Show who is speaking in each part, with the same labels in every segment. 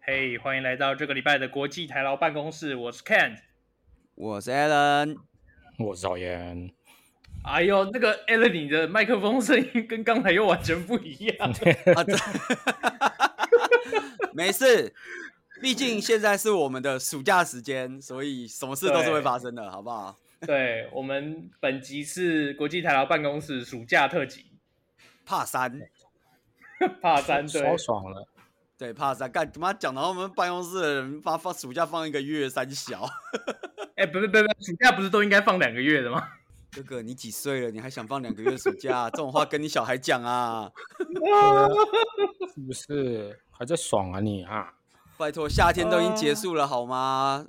Speaker 1: 嘿欢迎来到这个礼拜的国际台劳办公室，我是 Ken。
Speaker 2: 我是 Alan，
Speaker 3: 我是导演，
Speaker 1: 哎呦，那个 a l a n 你的麦克风声音跟刚才又完全不一样。
Speaker 2: 啊，这 没事，毕竟现在是我们的暑假时间，所以什么事都是会发生的，好不好？
Speaker 1: 对我们本集是国际台劳办公室暑假特 辑，
Speaker 2: 怕三，
Speaker 1: 怕三
Speaker 3: 超
Speaker 1: 对，
Speaker 3: 爽了，
Speaker 2: 对，怕三，干他妈讲到我们办公室的人发放暑假放一个月三小，
Speaker 1: 哎，不不不不，暑假不是都应该放两个月的吗？
Speaker 2: 哥哥你几岁了？你还想放两个月暑假？这种话跟你小孩讲啊！
Speaker 3: 是不是？还在爽啊你啊？
Speaker 2: 拜托，夏天都已经结束了好吗？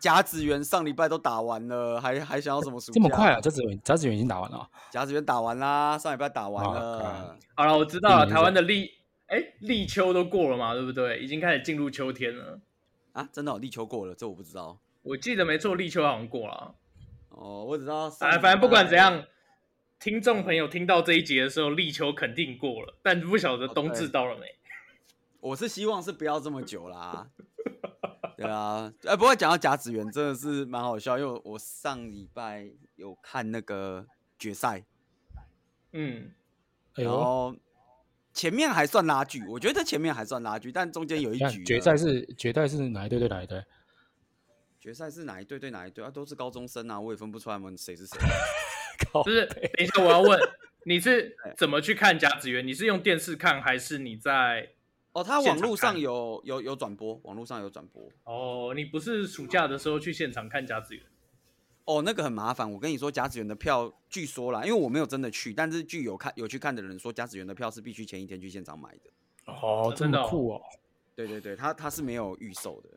Speaker 2: 甲子园上礼拜都打完了，还还想要什么暑假？
Speaker 3: 这么快啊？甲子园甲子园已经打完了，哦
Speaker 2: 甲子园打完啦，上礼拜打完
Speaker 3: 哇
Speaker 2: 了
Speaker 3: 干。
Speaker 1: 好了，我知道了，
Speaker 3: 嗯
Speaker 1: 台湾的立哎立秋都过了嘛，对不对？已经开始进入秋天了。
Speaker 2: 啊，真的、哦，立秋过了，这我不知道。
Speaker 1: 我记得没错，立秋好像过了。
Speaker 2: 哦，我只知道。
Speaker 1: 哎，反正不管怎，样，听众朋友听到这一集的时候，立秋肯定过了，但不晓得冬至到了没。
Speaker 2: 我是希望是不要这么久啦。对啊，哎、不过讲到甲子园真的是蛮好笑，因为我上礼拜有看那个决赛，
Speaker 1: 嗯，
Speaker 3: 哎
Speaker 2: 然
Speaker 3: 呦，
Speaker 2: 后前面还算拉锯，我觉得前面还算拉锯，但中间有一
Speaker 3: 哎你看
Speaker 2: 局
Speaker 3: 决
Speaker 2: 呢
Speaker 3: 赛是决赛是哪一队对哪一队？
Speaker 2: 决赛是哪一队对哪一队啊？都是高中生啊，我也分不出来他们谁是谁。
Speaker 3: 靠
Speaker 1: 就是
Speaker 3: 北
Speaker 1: 等一下我要 问你是怎么去看甲子园？你是用电视看还是你在？
Speaker 2: 哦，他
Speaker 1: 现
Speaker 2: 网
Speaker 1: 场
Speaker 2: 络上
Speaker 1: 看
Speaker 2: 有有有转播，网络上有转播。
Speaker 1: 哦，你不是暑假的时候去现场看甲子园？
Speaker 2: 哦，那个很麻烦。我跟你说，甲子园的票据说啦，因为我没有真的去，但是据有看有去看的人说，甲子园的票是必须前一天去现场买的。
Speaker 3: 哦，这
Speaker 1: 真的
Speaker 3: 么
Speaker 1: 哦
Speaker 3: 酷哦！
Speaker 2: 对对对，他他是没有预售的。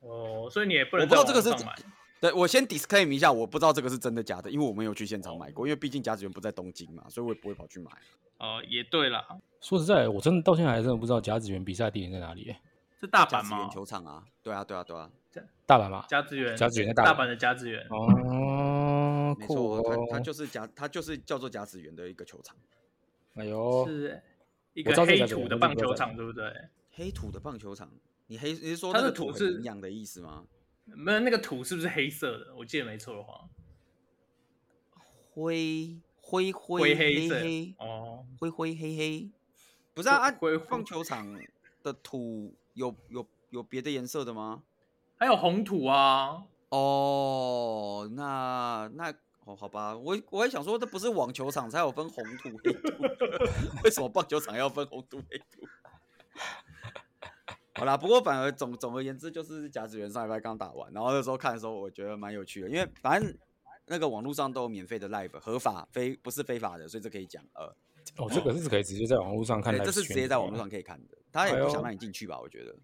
Speaker 1: 哦，所以你也不
Speaker 2: 我
Speaker 1: 能
Speaker 2: 不知
Speaker 1: 在
Speaker 2: 道
Speaker 1: 网
Speaker 2: 这个是
Speaker 1: 上买。
Speaker 2: 对，我先 disclaim 一下，我不知道这个是真的假的，因为我没有去现场买过，因为毕竟甲子园不在东京嘛，所以我也不会跑去买。
Speaker 1: 哦，也对啦，
Speaker 3: 说实在，我真的到现在还真的不知道甲子园比赛地点在哪里耶，
Speaker 1: 是大
Speaker 2: 甲
Speaker 1: 阪
Speaker 2: 子
Speaker 1: 吗
Speaker 2: 园？球场啊，对啊对啊对啊，
Speaker 3: 大阪吗？
Speaker 1: 甲子园，
Speaker 3: 甲子园在大
Speaker 1: 大
Speaker 3: 阪
Speaker 1: 阪的甲子园。
Speaker 3: 哦，
Speaker 2: 嗯没
Speaker 3: 酷
Speaker 2: 错，他他
Speaker 3: 哦！
Speaker 2: 就是甲他就是叫做甲子园的一个球场，
Speaker 3: 哎呦，
Speaker 1: 是一个
Speaker 3: 我知道这
Speaker 1: 黑
Speaker 3: 个
Speaker 1: 土
Speaker 3: 我
Speaker 1: 的
Speaker 3: 就
Speaker 1: 棒
Speaker 3: 不知道
Speaker 1: 球
Speaker 3: 在哪
Speaker 1: 场，对不对？
Speaker 2: 黑土的棒球场。你黑你是说
Speaker 1: 它
Speaker 2: 那
Speaker 1: 的
Speaker 2: 个
Speaker 1: 土
Speaker 2: 土
Speaker 1: 是
Speaker 2: 很营养的意思吗？
Speaker 1: 没有那个土是不是黑色的？我记得没错的话，
Speaker 2: 灰灰灰
Speaker 1: 灰
Speaker 2: 黑
Speaker 1: 色
Speaker 2: 黑
Speaker 1: 哦。
Speaker 2: 灰灰黑黑，不是啊啊！
Speaker 1: 灰灰
Speaker 2: 棒球场的土有有有别的颜色的吗？
Speaker 1: 还有红土啊，
Speaker 2: 哦，那那哦，好吧，我我也想说，这不是网球场才有分红土黑土， 为什么棒球场要分红土黑土？ 好啦，不过反而总总而言之，就是甲子园上礼拜刚打完，然后那时候看的时候，我觉得蛮有趣的，因为反正那个网络上都有免费的 live，合法非不是非法的，所以这可以讲。呃，
Speaker 3: 哦，这个是可以直接在网络上看
Speaker 2: 对，
Speaker 3: live stream 的，
Speaker 2: 哎这是直接在网络上可以看的，他也
Speaker 3: 哎
Speaker 2: 不
Speaker 3: 呦
Speaker 2: 想让你进去吧，我觉得。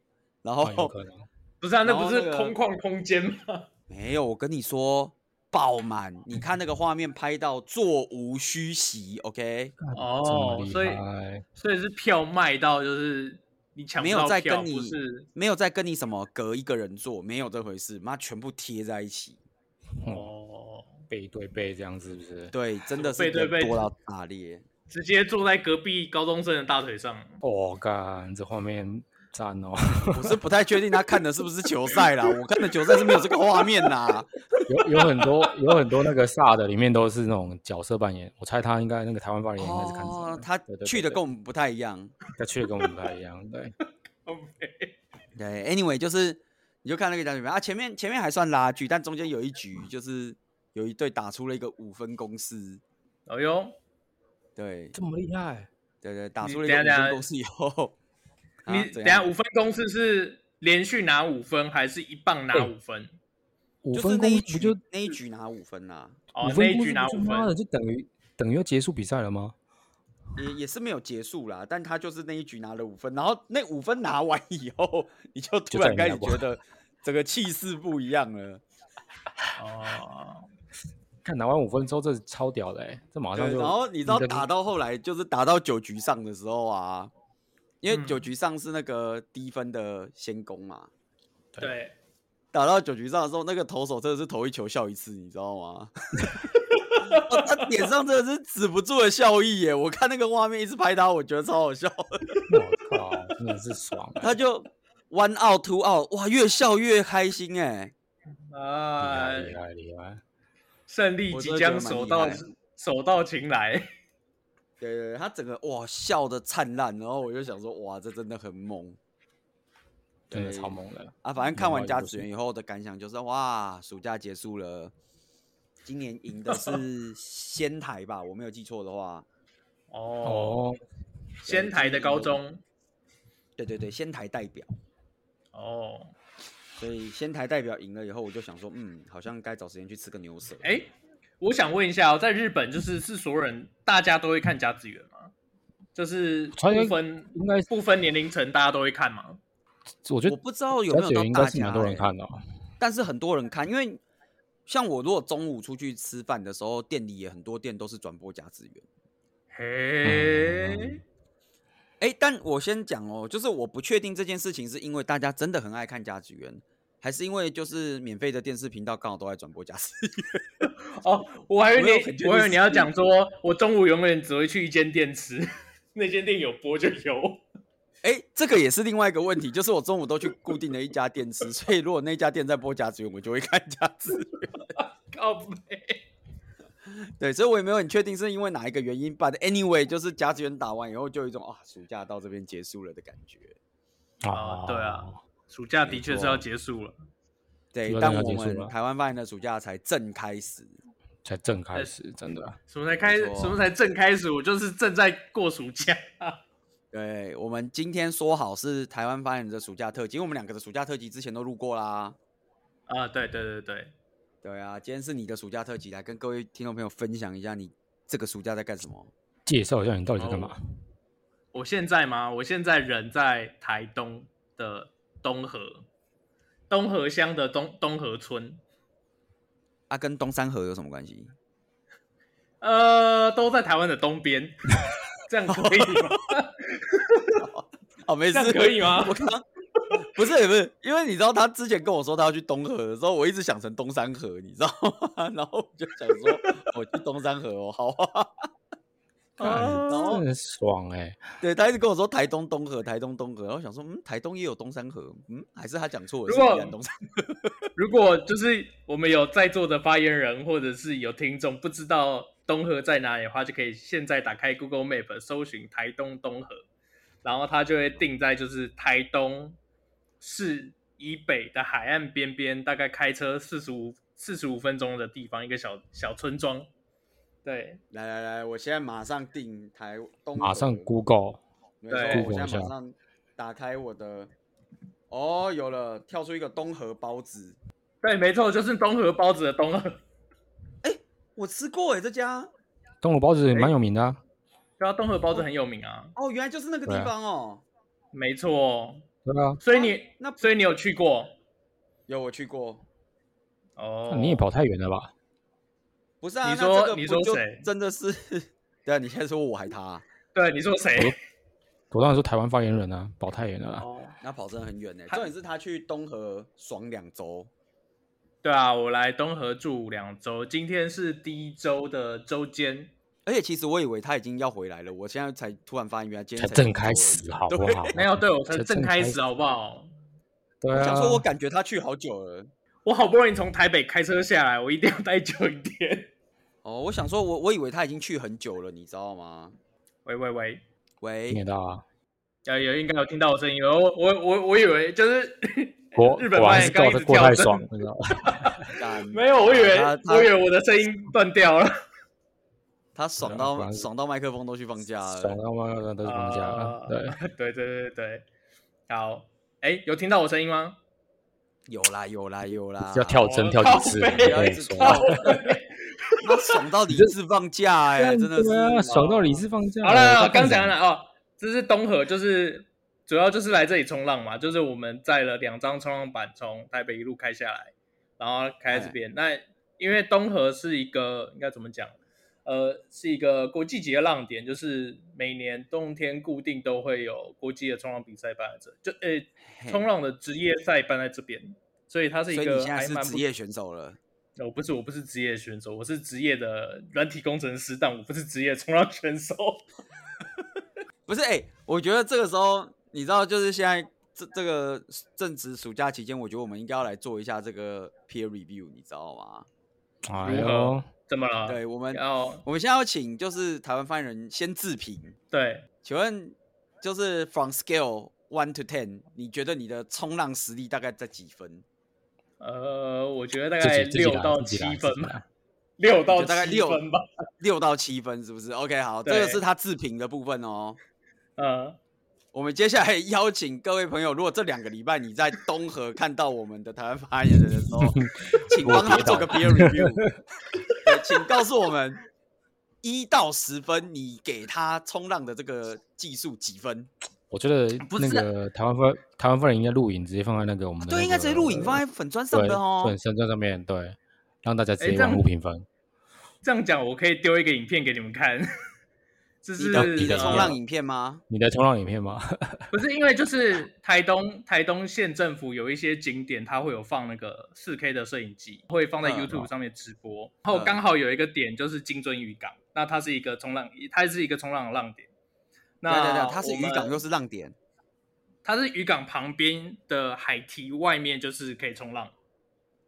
Speaker 2: 然
Speaker 3: 哦，有
Speaker 2: 后
Speaker 3: 可能。
Speaker 1: 不是啊，那
Speaker 2: 然后
Speaker 1: 不是
Speaker 2: 那个
Speaker 1: 空旷空间吗？
Speaker 2: 没有，我跟你说爆满，你看那个画面拍到座无虚席，OK，
Speaker 3: 这
Speaker 1: 哦
Speaker 3: 么，厉
Speaker 1: 所以
Speaker 3: 害啊
Speaker 1: 所以是票卖到就是你抢不
Speaker 2: 没有
Speaker 1: 到
Speaker 2: 在
Speaker 1: 票，
Speaker 2: 跟你
Speaker 1: 不是
Speaker 2: 没有在跟你什么隔一个人坐，没有这回事，妈全部贴在一起，
Speaker 3: 哦，
Speaker 1: 哦，
Speaker 3: 背对背这样是不是？
Speaker 2: 对，真的是
Speaker 1: 背对
Speaker 2: 人
Speaker 1: 背
Speaker 2: 多到炸裂。
Speaker 1: 直接坐在隔壁高中生的大腿上。
Speaker 3: 哦，干，这画面赞哦！
Speaker 2: 我是不太确定他看的是不是球赛啦，我看的球赛是没有这个画面 啦。
Speaker 3: 有有很多有很多那个萨的里面都是那种角色扮演，我猜他应该哎那个台湾扮演应该是看这个
Speaker 2: 哦，他
Speaker 3: 对对对
Speaker 2: 去的
Speaker 3: 对
Speaker 2: 跟我们不太一样。
Speaker 3: 他去的跟我们不太一 样，对，
Speaker 1: 靠北
Speaker 2: 对，anyway，就是你就看那个讲什么啊，前面前面还算拉锯，但中间有一局就是有一队打出了一个五分攻势，
Speaker 1: 哎呦，
Speaker 2: 对
Speaker 3: 这么厉害，
Speaker 2: 对对，打
Speaker 1: 你
Speaker 2: 出了一
Speaker 1: 等
Speaker 2: 个
Speaker 1: 一
Speaker 2: 五
Speaker 1: 下等一下
Speaker 2: 分攻势以后， 啊
Speaker 1: 你
Speaker 2: 怎
Speaker 1: 等一下
Speaker 2: 样
Speaker 1: 五分攻势是连续拿五分，还是一棒拿五分？
Speaker 3: 五
Speaker 2: 就是
Speaker 3: 分
Speaker 2: 那
Speaker 3: 攻
Speaker 2: 一
Speaker 3: 不就
Speaker 2: 局那一局拿五分啊啦，
Speaker 1: 哦
Speaker 3: 五，
Speaker 1: 那
Speaker 3: 分
Speaker 1: 一
Speaker 3: 攻
Speaker 1: 局拿
Speaker 3: 就
Speaker 1: 五
Speaker 3: 妈的
Speaker 1: 分，
Speaker 3: 就等于等于要结束比赛了吗？
Speaker 2: 也也是没有结束啦，但他就是那一局拿了五分，然后那五分拿完以后， 你就突
Speaker 3: 就再
Speaker 2: 然
Speaker 3: 也
Speaker 2: 开
Speaker 3: 没
Speaker 2: 始
Speaker 3: 拿过
Speaker 2: 觉得整个气势不一样了，
Speaker 1: 哦，
Speaker 3: 看拿完五分之后，这是超屌的哎、这马上
Speaker 2: 对，
Speaker 3: 就
Speaker 2: 然后你知道
Speaker 3: 的
Speaker 2: 打到后来就是打到九局上的时候啊，因为
Speaker 1: 嗯
Speaker 2: 九局上是那个低分的先攻嘛。
Speaker 1: 对，
Speaker 2: 打到九局上的时候，那个投手真的是投一球笑一次，你知道吗？ 哦他脸上真的是止不住的笑意耶！我看那个画面一直拍他，我觉得超好笑。
Speaker 3: 我靠，真的是爽、欸！
Speaker 2: 他就 one out two out，哇，越笑越开心哎、
Speaker 1: 啊，
Speaker 3: 害厉害厉害！
Speaker 1: 胜利即将手到
Speaker 2: 我真的觉得蛮
Speaker 1: 手到擒来。
Speaker 2: 对对对，他整个哇笑的灿烂，然后我就想说，哇，这真的很猛
Speaker 3: 真的
Speaker 2: 对
Speaker 3: 超猛的。
Speaker 2: 啊！反正看完
Speaker 3: 然
Speaker 2: 《甲
Speaker 3: 后也不
Speaker 2: 子
Speaker 3: 嗯
Speaker 2: 园》
Speaker 3: 是
Speaker 2: 以后的感想就是，哇，暑假结束了，今年赢的是仙台吧？我没有记错的话，
Speaker 1: 哦，
Speaker 3: 哦，
Speaker 1: 仙台的高中。
Speaker 2: 对对对，仙台代表，
Speaker 1: 哦，
Speaker 2: 所以仙台代表赢了以后，我就想说，嗯，好像该找时间去吃个牛舌。
Speaker 1: 哎，我想问一下、哦，在日本就是是所有人大家都会看甲子园吗？就是
Speaker 3: 传言
Speaker 1: 不分
Speaker 3: 应该
Speaker 1: 不分年龄层，大家都会看吗？
Speaker 3: 我觉
Speaker 2: 我
Speaker 3: 得
Speaker 2: 不知道有
Speaker 3: 甲
Speaker 2: 没有
Speaker 3: 子
Speaker 2: 到
Speaker 3: 园应该
Speaker 2: 大
Speaker 3: 是
Speaker 2: 家、
Speaker 3: 蛮多人
Speaker 2: 欸
Speaker 3: 看的哦。
Speaker 2: 但是很多人看，因为像我如果中午出去吃饭的时候，店里也很多店都是转播甲子园。
Speaker 3: 嗯
Speaker 1: 嘿，
Speaker 2: 哎、但我先讲哦，就是我不确定这件事情是因为大家真的很爱看甲子园，还是因为就是免费的电视频道刚好都在转播甲子园。
Speaker 1: 哦，我还以
Speaker 2: 我有
Speaker 1: 为
Speaker 2: 很
Speaker 1: 你，
Speaker 2: 确
Speaker 1: 我以
Speaker 2: 定
Speaker 1: 为你
Speaker 2: 是
Speaker 1: 要讲说，我中午永远只会去一间店吃， 那间店有播就有。
Speaker 2: 哎、这个也是另外一个问题，就是我中午都去固定的一家店吃，所以如果那家店在播甲子园，我就会看甲子园。
Speaker 1: 靠背，
Speaker 2: 对，所以我也没有很确定是因为哪一个原因。But anyway，就是甲子园打完以后，就有一种啊，暑假到这边结束了的感觉。
Speaker 1: 啊对啊，
Speaker 3: 哦
Speaker 1: 暑假的确是要结束了，
Speaker 2: 对
Speaker 3: 暑，假
Speaker 2: 但我
Speaker 3: 真的要结束
Speaker 2: 们
Speaker 3: 了
Speaker 2: 台湾发言的暑假才正开始。
Speaker 3: 才正开始，真的。
Speaker 1: 什么才开，
Speaker 2: 没错
Speaker 1: 什么才正开始，我就是正在过暑假。
Speaker 2: 对，我们今天说好是台湾发言的暑假特辑，因为我们两个的暑假特辑之前都录过啦。
Speaker 1: 啊，对对对对，
Speaker 2: 对啊，今天是你的暑假特辑，来跟各位听众朋友分享一下你这个暑假在干什么。
Speaker 3: 介绍一下你到底在干嘛
Speaker 1: 哦？我现在吗？我现在人在台东的东河，东河乡的东东河村，
Speaker 2: 啊，跟东山河有什么关系？
Speaker 1: 呃，都在台湾的东边， 这样可以吗？
Speaker 2: 哦，没
Speaker 1: 这
Speaker 2: 事
Speaker 1: 样，可以吗
Speaker 2: 我刚 刚不是不是，因为你知道他之前跟我说他要去东河的时候，我一直想成东山河，你知道吗？ 然后我就想说，我去东山河哦，好 啊。
Speaker 3: 干
Speaker 2: 然后
Speaker 3: 真的很爽哎！
Speaker 2: 对他一直跟我说台东东河，台东东河，然后我想说，嗯，台东也有东山河，嗯，还是他讲错了，
Speaker 1: 如
Speaker 2: 是
Speaker 1: 果
Speaker 2: 宜兰东山
Speaker 1: 如果就是我们有在座的发言人或者是有听众不知道东河在哪里的话，就可以现在打开 Google Map 搜寻台东东河，然后它就会定在就是台东市以北的海岸边边，大概开车四十五四十五分钟的地方，一个小小村庄。对，
Speaker 2: 来来来，我现在马上订台东河，
Speaker 3: 马上 Google
Speaker 2: 没错
Speaker 1: 对
Speaker 2: 我
Speaker 3: Google
Speaker 2: 现
Speaker 3: 一
Speaker 2: 在马
Speaker 3: 下
Speaker 2: 上打开我的，哦，有了，跳出一个东河包子，
Speaker 1: 对，没错，就是东河包子的东河。
Speaker 2: 我吃过哎，这家，
Speaker 3: 东鲁包子也蛮有名的啊，
Speaker 1: 对啊，东河包子很有名啊，
Speaker 2: 哦，原来就是那个地
Speaker 3: 对啊
Speaker 2: 方哦，
Speaker 1: 没错。
Speaker 3: 对啊，
Speaker 1: 所以你，
Speaker 2: 那
Speaker 1: 所以你有去过
Speaker 2: 有我去过，
Speaker 1: 哦
Speaker 3: 那？啊你也跑太远了吧？
Speaker 2: 不是啊，
Speaker 1: 你
Speaker 2: 那
Speaker 1: 说
Speaker 2: 这个
Speaker 1: 你
Speaker 2: 不
Speaker 1: 说
Speaker 2: 就
Speaker 1: 谁
Speaker 2: 真的是， 对啊，你现在说我还他啊，
Speaker 1: 对，你说谁？
Speaker 3: 我当然说台湾发言人啊，跑太远了啊。
Speaker 1: 哦。
Speaker 2: 那跑真的很远哎，
Speaker 1: 他
Speaker 2: 重点是他去东河爽两周，
Speaker 1: 对啊，我来东河住两周，今天是第一周的周间。
Speaker 2: 而且其实我以为他已经要回来了，我现在才突然发现，原来今
Speaker 3: 才
Speaker 2: 天才
Speaker 3: 正
Speaker 2: 两周
Speaker 3: 开
Speaker 2: 而
Speaker 3: 始
Speaker 2: 已
Speaker 3: 好不
Speaker 2: 对
Speaker 3: 好？
Speaker 1: 没有，对我才
Speaker 3: 才
Speaker 1: 正开始，好啊不好？
Speaker 3: 对
Speaker 2: 我
Speaker 3: 啊，
Speaker 2: 想说，我感觉他去好久了。
Speaker 1: 我好不容易从台北开车下来，我一定要待久一点。
Speaker 2: 哦，我想说我，我以为他已经去很久了，你知道吗？
Speaker 1: 喂喂喂，
Speaker 2: 喂，
Speaker 3: 听得到啊。
Speaker 1: 有有应该有听到我声音吧，我我我我以为就是
Speaker 3: 果
Speaker 1: 哎 日本
Speaker 3: 果
Speaker 1: 发
Speaker 3: 然
Speaker 1: 言
Speaker 3: 是
Speaker 1: 刚
Speaker 3: 过
Speaker 1: 一
Speaker 3: 得
Speaker 1: 直
Speaker 3: 过
Speaker 1: 跳
Speaker 3: 太
Speaker 1: 针
Speaker 3: 爽，你知道吗？
Speaker 2: 干
Speaker 1: 没有，我以为
Speaker 2: 他他
Speaker 1: 我以为我的声音断掉了。
Speaker 2: 他
Speaker 1: 啊
Speaker 2: 爽
Speaker 3: 果
Speaker 2: 到
Speaker 3: 然是
Speaker 2: 爽到麦克风都去放假
Speaker 3: 爽
Speaker 2: 了。
Speaker 3: 到妈都是放假了
Speaker 1: 啊。
Speaker 3: 对，
Speaker 1: 对对对对对，好，哎，有听到我声音吗？
Speaker 2: 有啦有啦有啦，
Speaker 3: 要跳针
Speaker 1: 哦
Speaker 3: 跳
Speaker 1: 靠
Speaker 3: 几次？
Speaker 1: 北
Speaker 3: 我
Speaker 2: 不要一
Speaker 3: 跟你
Speaker 2: 直
Speaker 3: 说
Speaker 2: 跳。他爽到理智放假哎、真的
Speaker 3: 对啊，
Speaker 2: 是。
Speaker 3: 爽到理智放假。
Speaker 1: 好了，
Speaker 3: 我
Speaker 1: 刚讲完了哦，这是东河，就是主要就是来这里冲浪嘛，就是我们载了两张冲浪板从台北一路开下来，然后开在这边。
Speaker 2: 哎
Speaker 1: 那因为东河是一个应该怎么讲？呃，是一个国际级的浪点，就是每年冬天固定都会有国际的冲浪比赛办在这，就呃
Speaker 2: 嘿
Speaker 1: 冲浪的职业赛办在这边，所以它是
Speaker 2: 所
Speaker 1: 一
Speaker 2: 以
Speaker 1: 个
Speaker 2: 你现在
Speaker 1: 还
Speaker 2: 是
Speaker 1: 蛮
Speaker 2: 职
Speaker 1: 不
Speaker 2: 业选手了。
Speaker 1: 我不是，我不是职业选手，我是职业的软体工程师，但我不是职业冲浪选手。
Speaker 2: 不是哎、欸我觉得这个时候，你知道，就是现在这这个正值暑假期间，我觉得我们应该要来做一下这个 peer review，你知道吗？
Speaker 3: 哎
Speaker 1: 如
Speaker 3: 呦
Speaker 1: 何，怎么了？
Speaker 2: 对，我们
Speaker 1: 要
Speaker 2: 我们现在要请就是台湾翻译人先自评，
Speaker 1: 对
Speaker 2: 请问就是 from scale one to ten，你觉得你的冲浪实力大概在几分？
Speaker 1: 呃，我觉得大
Speaker 3: 自
Speaker 1: 概
Speaker 3: 己自己
Speaker 1: 六
Speaker 3: 来
Speaker 1: 到七
Speaker 3: 自己来自
Speaker 1: 分
Speaker 3: 己
Speaker 1: 吧
Speaker 3: 来，
Speaker 1: 六到
Speaker 2: 就大概
Speaker 1: 七
Speaker 2: 六
Speaker 1: 分吧。
Speaker 2: 六到七分是不是？OK，好，这个
Speaker 1: 对
Speaker 2: 是他自评的部分哦。
Speaker 1: 呃，
Speaker 2: 我们接下来邀请各位朋友，如果这两个礼拜你在东河看到我们的台湾发言人的时候，请帮他做个 peer review，对请告诉我们一到十分，你给他冲浪的这个技术几分？
Speaker 3: 我觉得
Speaker 2: 不
Speaker 3: 那
Speaker 2: 是啊啊
Speaker 3: 个台湾分台湾分人应该录影，直接放在那个我们的
Speaker 2: 对，应该直接录影放在粉砖上
Speaker 3: 对
Speaker 2: 的哦
Speaker 3: 对，。深圳上面对，让大家直
Speaker 1: 哎
Speaker 3: 接
Speaker 1: 这样
Speaker 3: 网络评分。
Speaker 1: 这样讲我可以丢一个影片给你们看，就
Speaker 2: 你
Speaker 1: 是
Speaker 2: 的你的
Speaker 1: 呃
Speaker 2: 冲浪影片吗？
Speaker 3: 你的冲浪影片吗？
Speaker 1: 不是因为就是台东台东县政府有一些景点，它会有放那个四 K 的摄影机，会放在
Speaker 2: 嗯
Speaker 1: YouTube 上面直播。然后刚好有一个点就是金樽渔港，那它是一个冲浪，它是一个冲浪的浪点。
Speaker 2: 对
Speaker 1: 那
Speaker 2: 对对，它是
Speaker 1: 我
Speaker 2: 渔
Speaker 1: 们
Speaker 2: 港又是浪点，
Speaker 1: 它是渔港旁边的海堤外面，就是可以冲浪。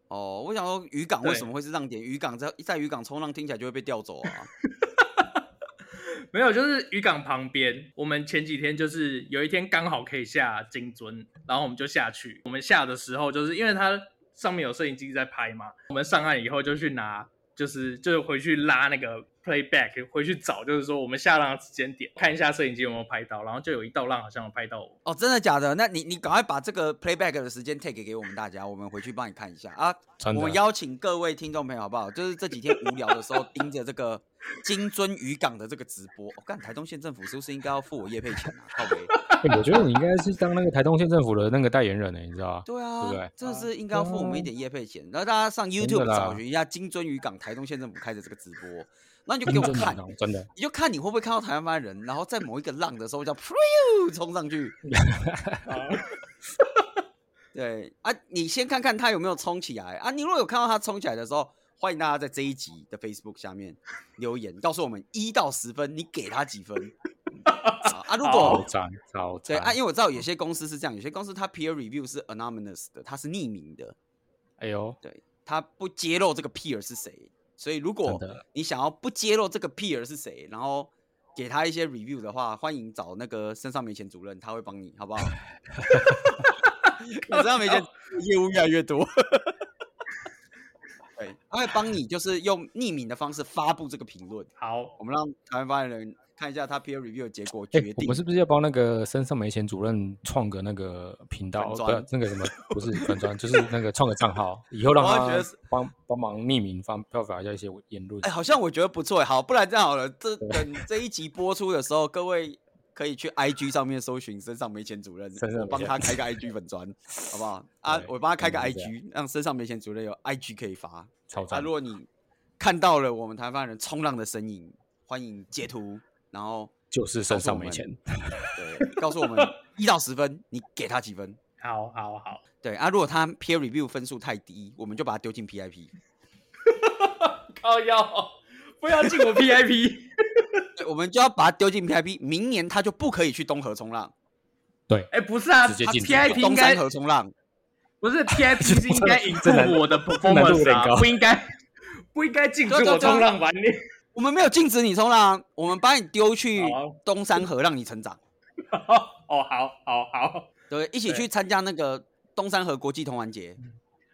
Speaker 2: 哦，我想说渔港为
Speaker 1: 对
Speaker 2: 什么会是浪点？渔港在在渔港冲浪听起来就会被调走啊。
Speaker 1: 没有，就是渔港旁边。我们前几天就是有一天刚好可以下金樽，然后我们就下去。我们下的时候，就是因为它上面有摄影机在拍嘛，我们上岸以后就去拿，就是就是回去拉那个 playback，回去找，就是说我们下浪的时间点，看一下摄影机有没有拍到。然后就有一道浪好像有拍到我。
Speaker 2: 哦，真的假的？那你你赶快把这个 playback 的时间 take 给我们大家，我们回去帮你看一下啊。
Speaker 3: 真
Speaker 2: 我
Speaker 3: 的
Speaker 2: 们邀请各位听众朋友好不好？就是这几天无聊的时 候，盯着这个金樽渔港的这个直播。我、看台东县政府是不是应该要付我业配钱啊？靠北。
Speaker 3: 哎我觉得你应该是当那个台东县政府的那个代言人呢，你知道吧？
Speaker 2: 对啊，
Speaker 3: 对不对
Speaker 2: 真的是应该要付我们一点业配钱。然后大家上
Speaker 3: 的
Speaker 2: YouTube
Speaker 3: 啦
Speaker 2: 找寻一下金樽渔港台东县政府开的这个直播，然后你就给
Speaker 3: 真
Speaker 2: 我
Speaker 3: 的
Speaker 2: 看，
Speaker 3: 哦真的，
Speaker 2: 你就看你会不会看到台湾湾人，然后在某一个浪的时候叫 “phew” 冲上 去。 对啊，你先看看他有没有冲起来啊！你如果有看到他冲起来的时候，欢迎大家在这一集的 Facebook 下面留言，告诉我们一到十分，你给他几分啊啊？如
Speaker 3: 超
Speaker 2: 果
Speaker 3: 赞超
Speaker 2: 对
Speaker 3: 赞！
Speaker 2: 啊，因为我知道有些公司是这样，有些公司它 peer review 是 anonymous 的，它是匿名的，
Speaker 3: 哎呦，
Speaker 2: 对，它不揭露这个 peer 是谁。所以如果
Speaker 3: 真的
Speaker 2: 你想要不揭露这个 peer 是谁，然后给他一些 review 的话，欢迎找那个身上没钱主任，他会帮你，好不 好？你身上没钱，业务越来越多。 对，他会帮你，就是用匿名的方式发布这个评论，
Speaker 1: 好，
Speaker 2: 我们让台湾发言人看一下他 peer review 的结果，
Speaker 3: 哎、
Speaker 2: 决定、
Speaker 3: 我们是不是要帮那个身上没钱主任创个那个频道？
Speaker 2: 粉
Speaker 3: 不
Speaker 2: 专
Speaker 3: 是，那个什么，不是粉专，就是那个创个账号，以后让
Speaker 2: 我还觉
Speaker 3: 他
Speaker 2: 得是
Speaker 3: 帮帮忙匿名发表达一下一些言论
Speaker 2: 哎、。好像我觉得不错哎。好，不然这样好了，这 等这一集播出的时候，各位可以去 IG 上面搜寻“身上没钱主任
Speaker 3: 身”，上
Speaker 2: 我
Speaker 3: 没
Speaker 2: 帮
Speaker 3: 钱
Speaker 2: 他开个 IG 粉 砖，好不好？啊
Speaker 3: 对，
Speaker 2: 我帮他开个
Speaker 3: 可能是这样
Speaker 2: IG，让身上没钱主任有 IG 可以发。
Speaker 3: 超
Speaker 2: 啊，
Speaker 3: 赞
Speaker 2: 如！果你看到了我们台湾人冲浪的身影，欢迎截图，然后
Speaker 3: 就是身上没钱，
Speaker 2: 对，告 诉我们一到十分，你给他几分？
Speaker 1: 好，好，好，
Speaker 2: 对啊，如果他 peer review 分数太低，我们就把他丢进 PIP。
Speaker 1: 靠腰，不要进我 PIP。
Speaker 2: 对，我们就要把他丢进 PIP，明年他就不可以去东河冲浪，
Speaker 1: 哎，不是啊，
Speaker 3: 直接
Speaker 1: 他
Speaker 3: 进去
Speaker 1: PIP 应
Speaker 2: 东
Speaker 1: 该
Speaker 2: 山河冲浪。
Speaker 1: 不是 PIP 是应该引
Speaker 3: 这难
Speaker 1: 住我的
Speaker 3: 这难度有
Speaker 1: performance
Speaker 3: 点
Speaker 1: 啊，
Speaker 3: 高
Speaker 1: 不应该 不应该禁止
Speaker 2: 对对
Speaker 1: 我
Speaker 2: 对
Speaker 1: 冲浪玩你。
Speaker 2: 我们没有禁止你冲浪，我们把你丢去
Speaker 1: 好
Speaker 2: 东山河让你成长，
Speaker 1: 哦，好好好，
Speaker 2: 对，一起去参加那个东山河国际同玩节。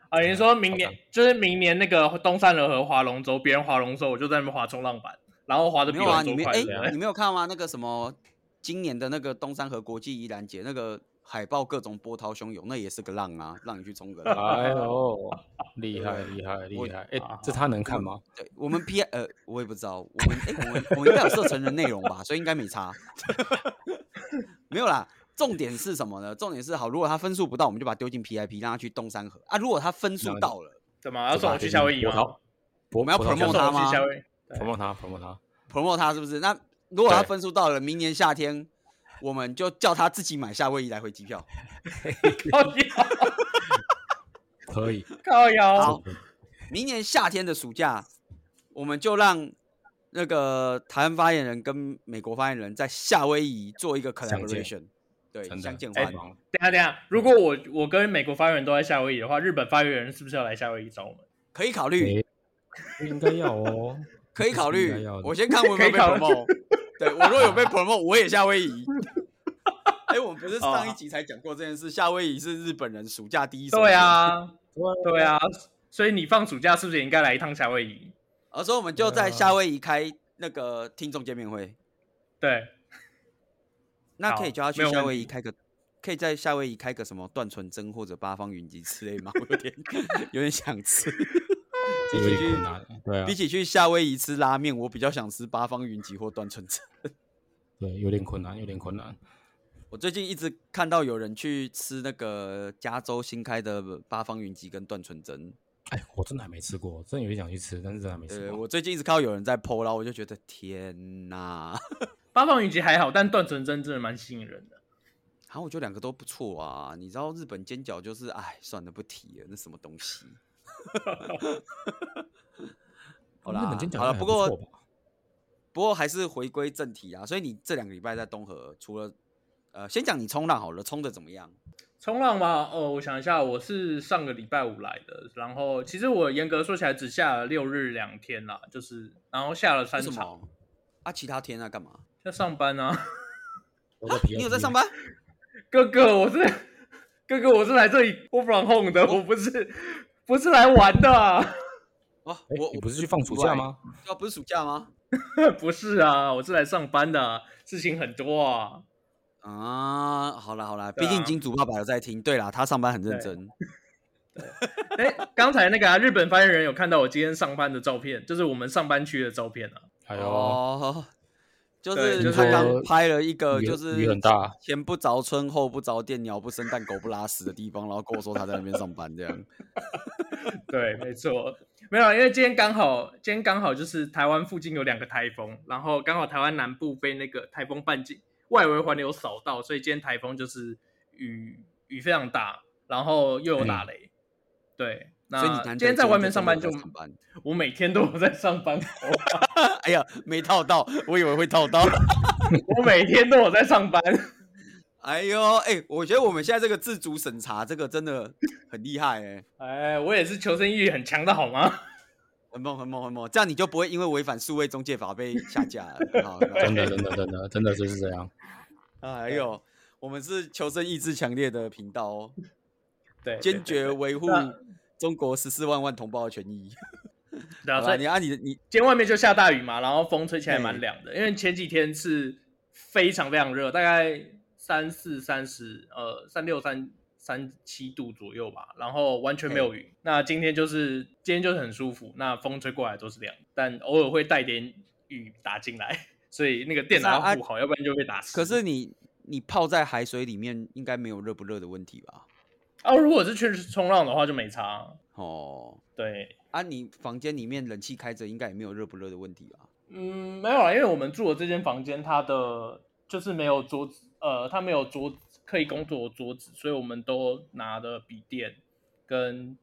Speaker 1: 啊，你说明
Speaker 3: 好
Speaker 1: 年就是明年那个东山河和划龙舟，别人划龙舟，我就在那边划冲浪板，然后划的比
Speaker 2: 没有啊，
Speaker 1: 龙舟
Speaker 2: 你没
Speaker 1: 快，
Speaker 2: 哎、
Speaker 1: 对不
Speaker 2: 你没有看吗？那个什么，今年的那个东山河国际宜兰节，那个海报各种波涛汹涌，那也是个浪啊，让你去冲个浪。
Speaker 3: 哎 呦，厉害厉害厉害！哎、
Speaker 2: 啊
Speaker 3: 这他能看吗？
Speaker 2: 对我们 P 呃，我也不知道，我们哎、我们我们应该有设成人内容吧，所以应该没差。 没有啦，重点是什么呢？重点是好，如果他分数不到，我们就把他丢进 PIP，让他去东山河啊。如果他分
Speaker 3: 那
Speaker 2: 数
Speaker 3: 就
Speaker 2: 到了。
Speaker 1: 怎么要送我去夏威夷吗？
Speaker 3: 我
Speaker 2: 我们要 promote
Speaker 1: 要送
Speaker 2: 他
Speaker 1: 我
Speaker 2: 吗
Speaker 1: 去夏威夷？
Speaker 3: promo 他 promo 他，
Speaker 2: promote 他是不是？那如果他
Speaker 3: 对
Speaker 2: 分数到了，明年夏天我们就叫他自己买夏威夷来回机票。
Speaker 1: 靠腰，
Speaker 3: 可以。
Speaker 1: 靠腰
Speaker 2: 好，明年夏天的暑假，我们就让那个台湾发言人跟美国发言人在夏威夷做一个
Speaker 3: 相见
Speaker 2: collaboration。对，
Speaker 3: 真的
Speaker 2: 相见
Speaker 3: 哎
Speaker 2: 欢。
Speaker 1: 等一下等一下，如果我我跟美国发言人都在夏威夷的话，日本发言人是不是要来夏威夷找我们？
Speaker 2: 可以考虑，
Speaker 3: 应该要哦。
Speaker 2: 可以考
Speaker 3: 应该
Speaker 2: 虑
Speaker 3: 要的。
Speaker 2: 我先看我有没有
Speaker 1: 可
Speaker 2: 被
Speaker 1: 以考虑
Speaker 2: promote。对 我若有被 promote，我也夏威夷。哎，我们不是上一集才讲过这件事？夏威夷是日本人暑假第一。
Speaker 1: 哦对，啊，
Speaker 3: 对
Speaker 1: 对啊，所以你放暑假是不是也应该来一趟夏威夷？
Speaker 2: 而所以我们就在
Speaker 3: 对啊
Speaker 2: 夏威夷开那个听众见面会，
Speaker 1: 对，
Speaker 2: 那
Speaker 1: 好
Speaker 2: 可以叫他去
Speaker 1: 没有
Speaker 2: 夏
Speaker 1: 问
Speaker 2: 威夷
Speaker 1: 题
Speaker 2: 开个，可以在夏威夷开个什么断纯真或者八方云集 之类吗？我有点 有点想吃。
Speaker 3: 这有点困难。对啊
Speaker 2: 比，起去夏威夷吃拉面，我比较想吃八方云集或断纯真。
Speaker 3: 对，有点困难，有点困难。
Speaker 2: 我最近一直看到有人去吃那个加州新开的八方云集跟断纯真，
Speaker 3: 哎，我真的还没吃过，真的有点想去吃，但是真的还没吃
Speaker 2: 对
Speaker 3: 过。
Speaker 2: 我最近一直看到有人在 PO 啦，我就觉得天哪，
Speaker 1: 八方云集还好，但段纯真真的蛮吸引人的。
Speaker 2: 然后我觉得两个都不错啊。你知道日本煎饺就是，哎，算了，不提了，那什么东西。好啦，
Speaker 3: 日本煎饺
Speaker 2: 好了，
Speaker 3: 还
Speaker 2: 不
Speaker 3: 错
Speaker 2: 过
Speaker 3: 吧
Speaker 2: 不过还是回归正题啊。所以你这两个礼拜在东河，除了呃，先讲你冲浪好了，冲的怎么样？
Speaker 1: 冲浪吗？哦，我想一下，我是上个礼拜五来的，然后其实我严格说起来只下了六日两天啦，就是然后下了三
Speaker 2: 为什
Speaker 1: 场，
Speaker 2: 么？啊，其他天啊，干嘛？
Speaker 1: 在上班啊。
Speaker 3: 我
Speaker 2: 啊
Speaker 3: 在皮
Speaker 2: 你
Speaker 3: 亚
Speaker 2: 有在
Speaker 3: 皮
Speaker 2: 上班？
Speaker 1: 哥哥，我是哥哥，我是来这里 work from home 的，我不是不是来玩的、啊，
Speaker 2: 哦，
Speaker 3: 哎
Speaker 2: 我
Speaker 3: 你
Speaker 2: 我
Speaker 3: 不是去放暑假？吗？
Speaker 2: 对啊，不是暑假吗？
Speaker 1: 不是啊，我是来上班的啊，事情很多啊。
Speaker 2: 啊，好啦好啦，
Speaker 1: 对
Speaker 2: 毕竟
Speaker 1: 啊
Speaker 2: 金主爸爸有在听。对啦，他上班很认
Speaker 1: 对
Speaker 2: 真。
Speaker 1: 哎，刚才那个、啊、日本发言人有看到我今天上班的照片，就是我们上班区的照片啊。
Speaker 3: 哎呦，
Speaker 2: 哦，就
Speaker 1: 对
Speaker 2: 是
Speaker 1: 就
Speaker 2: 他
Speaker 1: 是
Speaker 2: 刚拍了一个，
Speaker 3: 雨
Speaker 2: 就是
Speaker 3: 雨很大
Speaker 2: 前不着村后不着店，鸟不生蛋狗不拉屎的地方，然后跟我说他在那边上班这样。
Speaker 1: 对，没错，没有，因为今天刚好，今天刚好就是台湾附近有两个台风，然后刚好台湾南部被那个台风半径外围环流扫到，所以今天台风就是雨雨非常大，然后又有打雷。对，那
Speaker 2: 所以你难得
Speaker 1: 今天在外面
Speaker 2: 真
Speaker 1: 上
Speaker 2: 的
Speaker 1: 班就
Speaker 2: 有在上班。
Speaker 1: 我每天都有在上班，
Speaker 2: 哎呀，没套到，我以为会套到。
Speaker 1: 我每天都有在上班。
Speaker 2: 哎呦，哎，我觉得我们现在这个自主审查这个真的很厉害哎、
Speaker 1: 哎，我也是求生欲很强的好吗？
Speaker 2: 很猛很猛很猛，这样你就不会因为违反数位中介法被下架了。很好， 很好
Speaker 3: 真的真的真的真的就是这样。
Speaker 2: 哎呦，我们是求生意志强烈的频道哦，
Speaker 1: 对，
Speaker 2: 坚决维护
Speaker 1: 那
Speaker 2: 中国十四万万同胞的权益。
Speaker 1: 对啊，
Speaker 2: 好
Speaker 1: 所
Speaker 2: 啦，
Speaker 1: 以
Speaker 2: 你按你的你
Speaker 1: 今天外面就下大雨嘛，然后风吹起来蛮
Speaker 2: 对
Speaker 1: 凉的，因为前几天是非常非常热，大概三四、三十，呃，三六、三三七度左右吧，然后完全没有云。那今天就是今天就是很舒服，那风吹过来都是凉，但偶尔会带点雨打进来， 所以那个电脑
Speaker 2: 不是啊
Speaker 1: 要护好，要不然就被打湿。
Speaker 2: 可是你你泡在海水里面，应该没有热不热的问题吧？
Speaker 1: 啊，如果是去冲浪的话就没差，啊
Speaker 2: 哦，
Speaker 1: 对。
Speaker 2: 啊，你房间里面冷气开着，应该也没有热不热的问题吧？
Speaker 1: 嗯，没有啦，因为我们住的这间房间，它的就是没有桌子，呃，它没有桌子可以工作的桌子，所以我们都拿的笔电跟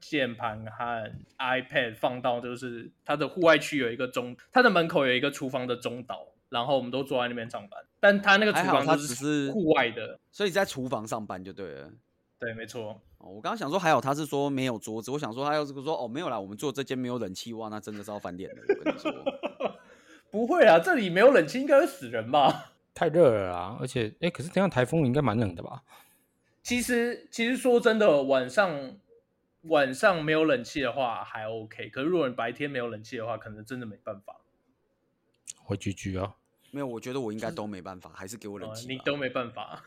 Speaker 1: 键盘和 iPad 放到就是它的户外区有一个中，它的门口有一个厨房的中岛，然后我们都坐在那边上班，但它那个厨
Speaker 2: 还好
Speaker 1: 房
Speaker 2: 它
Speaker 1: 就
Speaker 2: 只是
Speaker 1: 户外的，
Speaker 2: 所以在厨房上班就对了。
Speaker 1: 对，没错，
Speaker 2: 哦，我刚刚想说还好他是说没有桌子，我想说他要是说哦没有啦，我们做这间没有冷气哇，那真的是要翻脸了。我跟你说，
Speaker 1: 不会啦，这里没有冷气应该会死人吧？
Speaker 3: 太热了啊！而且，哎，可是这样台风应该蛮冷的吧？
Speaker 1: 其实其实说真的，晚上晚上没有冷气的话还 OK，可是如果你白天没有冷气的话，可能真的没办法，
Speaker 3: 会居居啊，
Speaker 2: 没有，我觉得我应该都没办法，还是给我冷
Speaker 1: 呃
Speaker 2: 气吧、
Speaker 1: 你都没办法。哦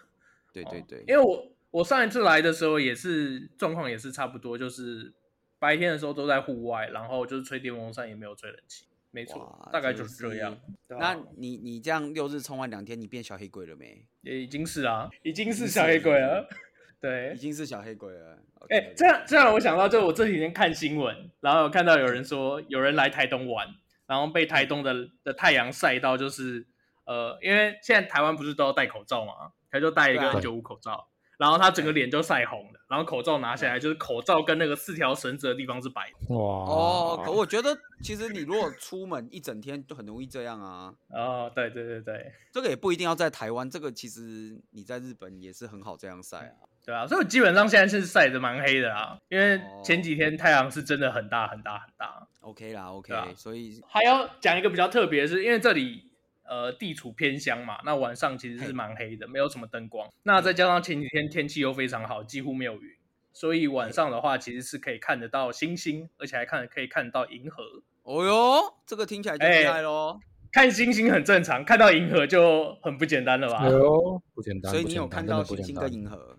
Speaker 2: 对对对，
Speaker 1: 因为我我上一次来的时候也是状况也是差不多，就是白天的时候都在户外，然后就是吹电风扇也没有吹冷气，没错
Speaker 2: 哇，
Speaker 1: 大概
Speaker 2: 真
Speaker 1: 就
Speaker 2: 的
Speaker 1: 是这样
Speaker 2: 是。
Speaker 1: 对啊
Speaker 2: 那你你这样六日冲完两天，你变小黑鬼了没？
Speaker 1: 也已经是啊，已经
Speaker 2: 已经
Speaker 1: 是
Speaker 2: 是
Speaker 1: 小黑鬼了，
Speaker 2: 已
Speaker 1: 对。
Speaker 2: 经是小黑鬼了。
Speaker 1: 哎、
Speaker 2: OK，OK
Speaker 1: 这样这样，我想到，就我这几天看新闻，然后有看到有人说有人来台东玩，然后被台东的的太阳晒到，就是呃，因为现在台湾不是都要戴口罩嘛，他就戴一个
Speaker 2: 对啊
Speaker 1: N 九五口罩，然后他整个脸就晒红了，然后口罩拿下来，就是口罩跟那个四条绳子的地方是白的。
Speaker 3: 哇
Speaker 2: 哦，可我觉得其实你如果出门一整天，就很容易这样啊。
Speaker 1: 哦，对对对对
Speaker 2: 这个也不一定要在台湾，这个其实你在日本也是很好这样晒啊。
Speaker 1: 对啊，所以我基本上现在是晒得蛮黑的啦，因为
Speaker 2: 哦
Speaker 1: 前几天太阳是真的很大很大很大。
Speaker 2: OK 啦，OK，、
Speaker 1: 对啊
Speaker 2: 所以
Speaker 1: 还要讲一个比较特别的是，因为这里呃地处偏乡嘛，那晚上其实
Speaker 2: 嘿
Speaker 1: 是蛮黑的，没有什么灯光。那再加上前几天天气又非常好，几乎没有云，所以晚上的话其实是可以看得到星星，而且还看可以看得到银河。
Speaker 2: 哦哟，这个听起来
Speaker 1: 哎
Speaker 2: 就厉害喽。
Speaker 1: 看星星很正常，看到银河就很不简单了吧？
Speaker 3: 哎呦，不简单，
Speaker 2: 所以
Speaker 3: 不
Speaker 2: 你
Speaker 3: 简
Speaker 2: 有看
Speaker 3: 单真的
Speaker 2: 到星
Speaker 3: 不简
Speaker 2: 星
Speaker 3: 单
Speaker 2: 跟银河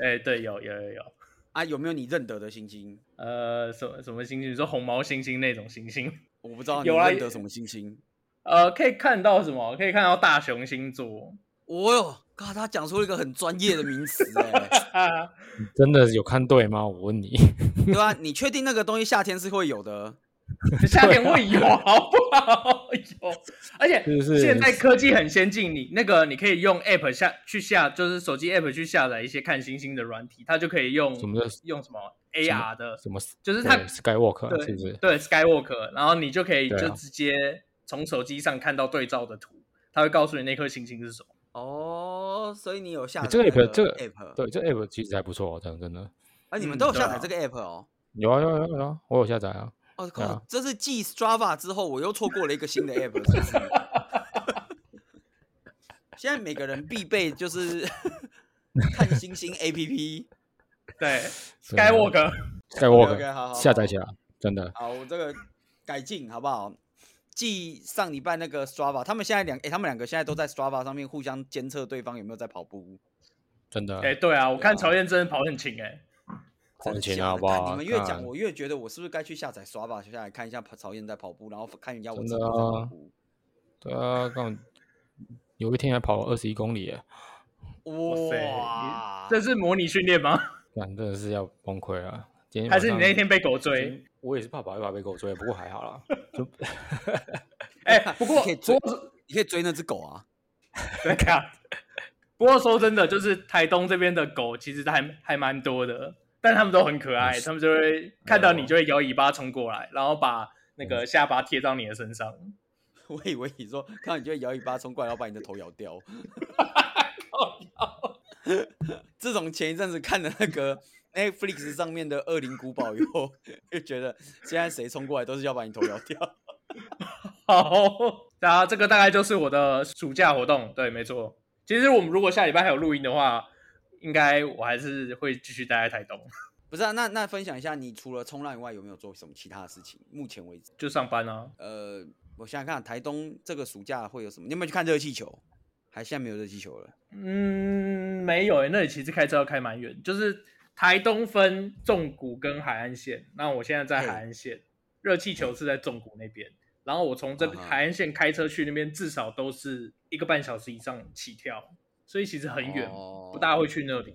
Speaker 1: 哎、对，有有有有，
Speaker 2: 啊？有没有你认得的星星？
Speaker 1: 呃，什么什么星星？你说红毛星星那种星星？
Speaker 2: 我不知道你
Speaker 1: 有啊
Speaker 2: 认得什么星星。
Speaker 1: 呃，可以看到什么？可以看到大熊星座
Speaker 2: 哦哟，靠，他讲出了一个很专业的名 词哎。
Speaker 1: 啊，
Speaker 3: 真的有看对吗？我问你，
Speaker 2: 对啊，你确定那个东西夏天是会有的？
Speaker 1: 夏天会有好不好？ 有，而且
Speaker 3: 是不是
Speaker 1: 现在科技很先进，你那个你可以用 App 下去下，就是手机 App 去下载一些看星星的软体，它就可以用
Speaker 3: 什么叫
Speaker 1: 用什么 AR 的，
Speaker 3: 什么
Speaker 1: 就是它
Speaker 3: 对 Skywalk 啊
Speaker 1: 对
Speaker 3: 是不是？
Speaker 1: 对 Skywalk，然后你就可以
Speaker 3: 对啊
Speaker 1: 就直接从手机上看到对照的图，它会告诉你那颗星星是什么。
Speaker 2: 哦，所以你有下
Speaker 3: 你
Speaker 2: 载
Speaker 3: 这个 app，这个
Speaker 2: app，，
Speaker 3: 对，这 app 其实还不错哦，真的真的
Speaker 2: 啊，你们
Speaker 1: 嗯
Speaker 2: 都有
Speaker 1: 对
Speaker 2: 下
Speaker 1: 啊
Speaker 2: 载这个 app 哦。
Speaker 3: 有啊有啊有啊有啊，我有下载啊。
Speaker 2: 哦，
Speaker 3: 对
Speaker 2: 靠
Speaker 3: 啊！
Speaker 2: 这是继 Strava 之后，我又错过了一个 新的 app，是不是？现在每个人必备就是 看星星 app。
Speaker 1: 对
Speaker 3: 对啊
Speaker 1: Skywalk，
Speaker 2: OK，OK，好好
Speaker 3: Skywalk
Speaker 2: 好
Speaker 3: 下载起来，真的
Speaker 2: 好，我这个改进好不好？继上礼拜那个 Strava，他们现在两哎、他们两个现在都在 Strava 上面互相监测对方有没有在跑步。
Speaker 3: 真的
Speaker 1: 哎、对啊，我看曹燕真的跑很勤哎、
Speaker 2: 真的
Speaker 3: 很勤
Speaker 2: 假
Speaker 3: 啊
Speaker 2: 的
Speaker 3: 好不
Speaker 2: 干
Speaker 3: 好
Speaker 2: 你们越讲，
Speaker 3: 干
Speaker 2: 我越觉得我是不是该去下载 Strava 下来看一下跑曹燕在跑步，然后看一下我
Speaker 3: 真
Speaker 2: 自己
Speaker 3: 的
Speaker 2: 有没有在跑
Speaker 3: 啊
Speaker 2: 步。
Speaker 3: 对啊，刚好有一天还跑了二十一公里耶，
Speaker 1: 哇塞
Speaker 2: 哇
Speaker 3: 啊
Speaker 1: 你，这是模拟训练吗？
Speaker 3: 感真的是要崩溃了。今天
Speaker 1: 还是你
Speaker 3: 晚
Speaker 1: 那
Speaker 3: 上
Speaker 1: 天被狗
Speaker 3: 今
Speaker 1: 追？
Speaker 3: 天我也是怕跑一跑被狗追，不过还好啦。
Speaker 1: 哎、不过
Speaker 2: 你可以追
Speaker 1: 不过
Speaker 2: 你可以追那只狗啊。
Speaker 1: 对啊，不过说真的，就是台东这边的狗其实还还蛮多的，但它们都很可爱，它们就会看到你就会摇尾巴冲过来，然后把那个下巴贴到你的身上。
Speaker 2: 我以为你说看到你就会摇尾巴冲过来，要把你的头咬掉。 自从前一阵子看了那个 Netflix 上面的《恶灵古堡》以后，就觉得现在谁冲过来都是要把你头咬掉。
Speaker 1: 好，大家这个大概就是我的暑假活动，对，没错。其实我们如果下礼拜还有录音的话，应该我还是会继续待在台东，
Speaker 2: 不是啊，那那分享一下，你除了冲浪以外，有没有做什么其他的事情？目前为止，
Speaker 1: 就上班啊。
Speaker 2: 呃，我想想看，台东这个暑假会有什么？你有没有去看热气球？还现在没有热气球了。
Speaker 1: 嗯，没有诶、那里其实开车要开蛮远，就是台东分纵谷跟海岸线。那我现在在
Speaker 2: 嘿
Speaker 1: 海岸线，热气球是在纵谷那边，然后我从这
Speaker 2: 啊哈
Speaker 1: 海岸线开车去那边，至少都是一个半小时以上起跳，所以其实很远，
Speaker 2: 哦
Speaker 1: 不大会去那里。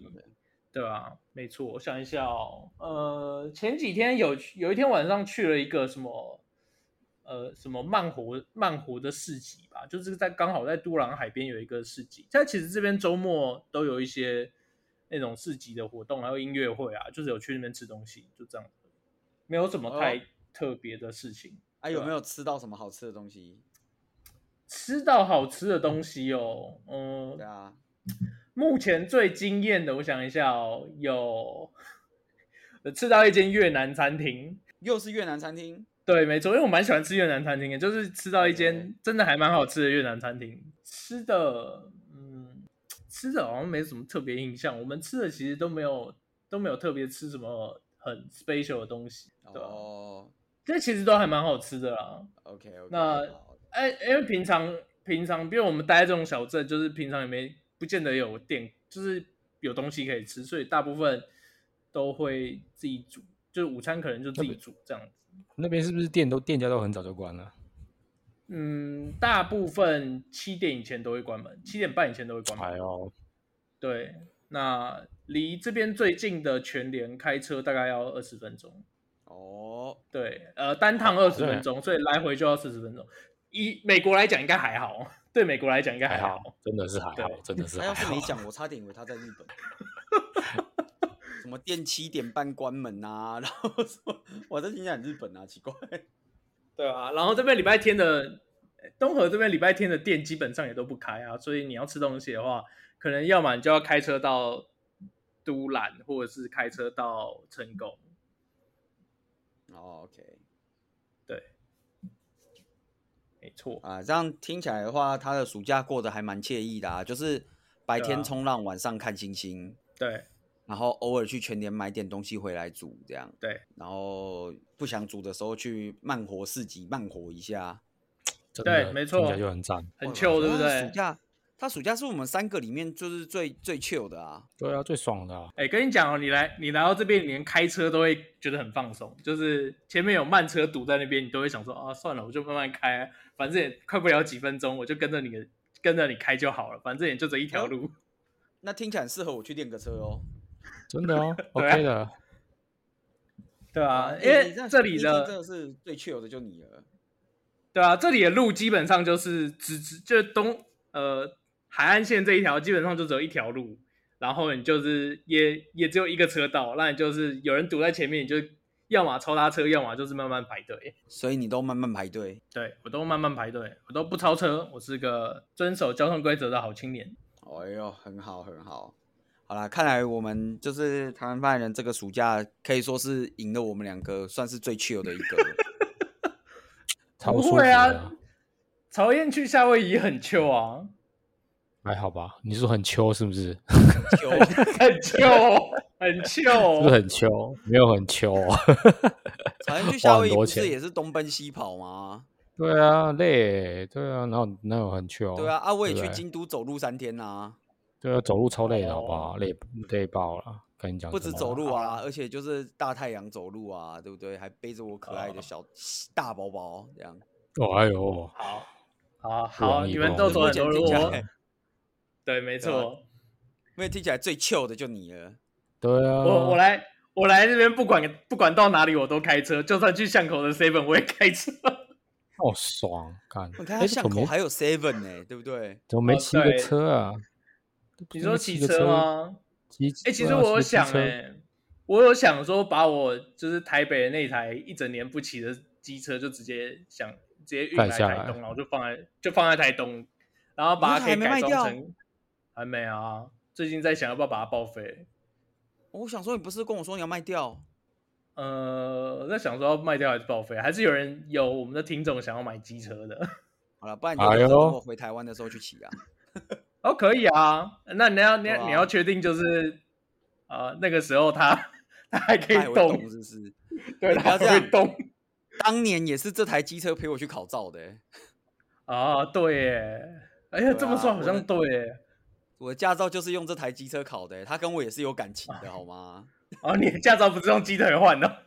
Speaker 1: 对啊，没错，我想一下哦，呃，前几天有去有一天晚上去了一个什么，呃，什么曼湖曼湖的市集吧，就是在刚好在都兰海边有一个市集。但其实这边周末都有一些那种市集的活动，还有音乐会啊，就是有去那边吃东西，就这样，没有什么太特别的事情。
Speaker 2: 啊，有没有吃到什么好吃的东西？
Speaker 1: 吃到好吃的东西哦，嗯、
Speaker 2: 对啊，
Speaker 1: 目前最惊艳的，我想一下哦，有呃吃到一间越南餐厅。
Speaker 2: 又是越南餐厅。
Speaker 1: 对，没错，因为我蛮喜欢吃越南餐厅的，就是吃到一间
Speaker 2: 嗯
Speaker 1: 真的还蛮好吃的越南餐厅。吃的，嗯，吃的好像没什么特别印象。我们吃的其实都没有都没有特别吃什么很 special 的东西，对啊吧、
Speaker 2: 哦
Speaker 1: 这其实都还蛮好吃的啦。
Speaker 2: ，OK OK，
Speaker 1: 那哎，因为平常平常，比如我们待在这种小镇，就是平常也没不见得有店，就是有东西可以吃，所以大部分都会自己煮，就是午餐可能就自己煮这样子。
Speaker 3: 那边是不是店都店家都很早就关了？
Speaker 1: 嗯，大部分七点以前都会关门，七点半以前都会关门。
Speaker 3: 哎呦，
Speaker 1: 对，那离这边最近的全联开车大概要二十分钟。
Speaker 2: 哦，
Speaker 1: 对，呃，单趟
Speaker 3: 哦
Speaker 1: 二十
Speaker 3: 对
Speaker 1: 分钟，所以来回就要四十分钟。以美国来讲应该还好，对美国来讲应该
Speaker 3: 还
Speaker 1: 还
Speaker 3: 好，真的是还好
Speaker 1: 对，
Speaker 3: 真的是
Speaker 2: 他
Speaker 3: 还
Speaker 2: 要是
Speaker 3: 好
Speaker 2: 没。讲，我差点以为他在日本。什么店七点半关门啊，然后什么，我在听讲日本啊，奇怪。
Speaker 1: 对啊，然后这边礼拜天的东河这边礼拜天的店基本上也都不开啊，所以你要吃东西的话，可能要么你就要开车到都兰，或者是开车到成功。
Speaker 2: 哦，OK，
Speaker 1: 对，没错，
Speaker 2: 啊，这样听起来的话，他的暑假过得还蛮惬意的啊，就是白
Speaker 1: 对啊
Speaker 2: 天冲浪，晚上看星星，
Speaker 1: 对
Speaker 2: 然后偶尔去全年买点东西回来煮这样，
Speaker 1: 对，
Speaker 2: 然后不想煮的时候去慢活市集慢活一下，
Speaker 3: 真
Speaker 1: 对
Speaker 3: 的
Speaker 1: 没错
Speaker 3: 听起来就很赞。
Speaker 1: 很
Speaker 2: 哇
Speaker 1: chill，对不
Speaker 2: 他的
Speaker 1: 对
Speaker 2: 暑？假，他暑假是我们三个里面就是最最 chill 的啊。
Speaker 3: 对啊，最爽的、啊。
Speaker 1: 哎、跟你讲哦，你来你来到这边，你连开车都会觉得很放松，就是前面有慢车堵在那边，你都会想说啊，算了，我就慢慢开啊、反正也快不了几分钟，我就跟着你的跟着你开就好了，反正也就这一条
Speaker 2: 哦
Speaker 1: 路。
Speaker 2: 那听起来很适合我去练个车哦。
Speaker 3: 真的 哦
Speaker 1: 对啊
Speaker 3: ，OK 的，
Speaker 1: 对啊，因
Speaker 2: 哎
Speaker 1: 为
Speaker 2: 你样
Speaker 1: 这里
Speaker 2: 想
Speaker 1: 的
Speaker 2: 一听真的是最 chill 的就你了。
Speaker 1: 对啊，这里的路基本上就是直直，就是东呃海岸线这一条基本上就只有一条路，然后你就是也也只有一个车道，那你就是有人堵在前面，你就要么超他车，要么就是慢慢排队。
Speaker 2: 所以你都慢慢排队，
Speaker 1: 对我都慢慢排队，我都不超车，我是个遵守交通规则的好青年。
Speaker 2: 哎呦，很好很好。好啦，看来我们就是台湾发言人这个暑假可以说是赢了我们两个，算是最 chill 的一个了。
Speaker 3: 超
Speaker 1: 不
Speaker 3: 舒服
Speaker 1: 会
Speaker 3: 的啊、
Speaker 1: 啊，曹燕去夏威夷很 Q 啊，
Speaker 3: 还好吧？你是说很秋是不是？
Speaker 2: chill
Speaker 1: 很 Q，很 Q，
Speaker 3: 是不是 很秋？没有很秋、哦。
Speaker 2: 好像去夏威夷
Speaker 3: 花很多
Speaker 2: 不是
Speaker 3: 钱
Speaker 2: 也是东奔西跑吗？
Speaker 3: 对啊，累，对啊，哪有哪有很秋？
Speaker 2: 对啊，，啊我也
Speaker 3: 哦对
Speaker 2: 去
Speaker 3: 不对
Speaker 2: 京都走路三天啊，
Speaker 3: 对啊，走路超累的，好不好？
Speaker 1: 哦
Speaker 3: 累累爆了，跟你讲。
Speaker 2: 不止走路
Speaker 1: 好
Speaker 2: 啊
Speaker 1: 啊，
Speaker 2: 而且就是大太阳走路啊，对不对？还背着我可爱的小、大包包这样。
Speaker 3: 哦，哎呦，
Speaker 1: 好，好，
Speaker 3: 不容
Speaker 1: 好，
Speaker 3: 易
Speaker 1: 你
Speaker 3: 不
Speaker 1: 们
Speaker 3: 容
Speaker 1: 都
Speaker 3: 易
Speaker 1: 走很多路
Speaker 2: 目前听起
Speaker 1: 哦
Speaker 2: 来。
Speaker 1: 对，没
Speaker 2: 对啊
Speaker 1: 错。
Speaker 2: 因为听起来最 chill 的就你了。
Speaker 3: 对啊，
Speaker 1: 我我来我来这边不管不管到哪里我都开车，就算去巷口的 seven 我也开 车。
Speaker 3: 好爽，看，
Speaker 2: 你看
Speaker 3: 哎
Speaker 2: 它巷口还
Speaker 3: 怎么没
Speaker 2: 有 Seven 呢、对不对？
Speaker 3: 怎么没
Speaker 1: 哦
Speaker 3: 骑个
Speaker 1: 对
Speaker 3: 车啊？
Speaker 1: 你说骑
Speaker 3: 个
Speaker 1: 车？吗？
Speaker 3: 骑，
Speaker 1: 哎、其
Speaker 3: 对
Speaker 1: 实
Speaker 3: 啊
Speaker 1: 我有
Speaker 3: 骑
Speaker 1: 想
Speaker 3: 车
Speaker 1: 哎、我有想说把我就是台北的那台一整年不骑的机车就直接想直接运
Speaker 3: 改
Speaker 1: 来
Speaker 3: 下
Speaker 1: 台
Speaker 3: 来
Speaker 1: 东，然后就放在就放在台东，然后
Speaker 2: 那
Speaker 1: 把
Speaker 2: 它
Speaker 1: 它可以
Speaker 2: 还没
Speaker 1: 改
Speaker 2: 卖
Speaker 1: 装
Speaker 2: 掉
Speaker 1: 成还没啊，最近在想要不要把它报废。
Speaker 2: 我想说，你不是跟我说你要卖掉？
Speaker 1: 呃，我在想说要卖掉还是报废，还是有人有我们的听众想要买机车的。
Speaker 2: 好了，不然你
Speaker 3: 哎
Speaker 2: 就
Speaker 3: 呦
Speaker 2: 等我回台湾的时候去 骑啊。
Speaker 1: 哦，可以啊。那你要你
Speaker 2: 好
Speaker 1: 要
Speaker 2: 啊
Speaker 1: 你要确定就是，呃，那个时候他他还可
Speaker 2: 它
Speaker 1: 以
Speaker 2: 还会
Speaker 1: 动，
Speaker 2: 动是不是？
Speaker 1: 对，
Speaker 2: 你
Speaker 1: 他
Speaker 2: 不要
Speaker 1: 还
Speaker 2: 这样
Speaker 1: 会动。
Speaker 2: 当年也是这台机车陪我去考照的欸、
Speaker 1: 啊，对耶。哎呀，
Speaker 2: 对
Speaker 1: 这么
Speaker 2: 啊
Speaker 1: 说
Speaker 2: 我
Speaker 1: 好
Speaker 2: 的
Speaker 1: 像对耶。
Speaker 2: 我的驾照就是用这台机车考的欸、它跟我也是有感情的，好吗？
Speaker 1: 哦，你的驾照不是用鸡腿换的？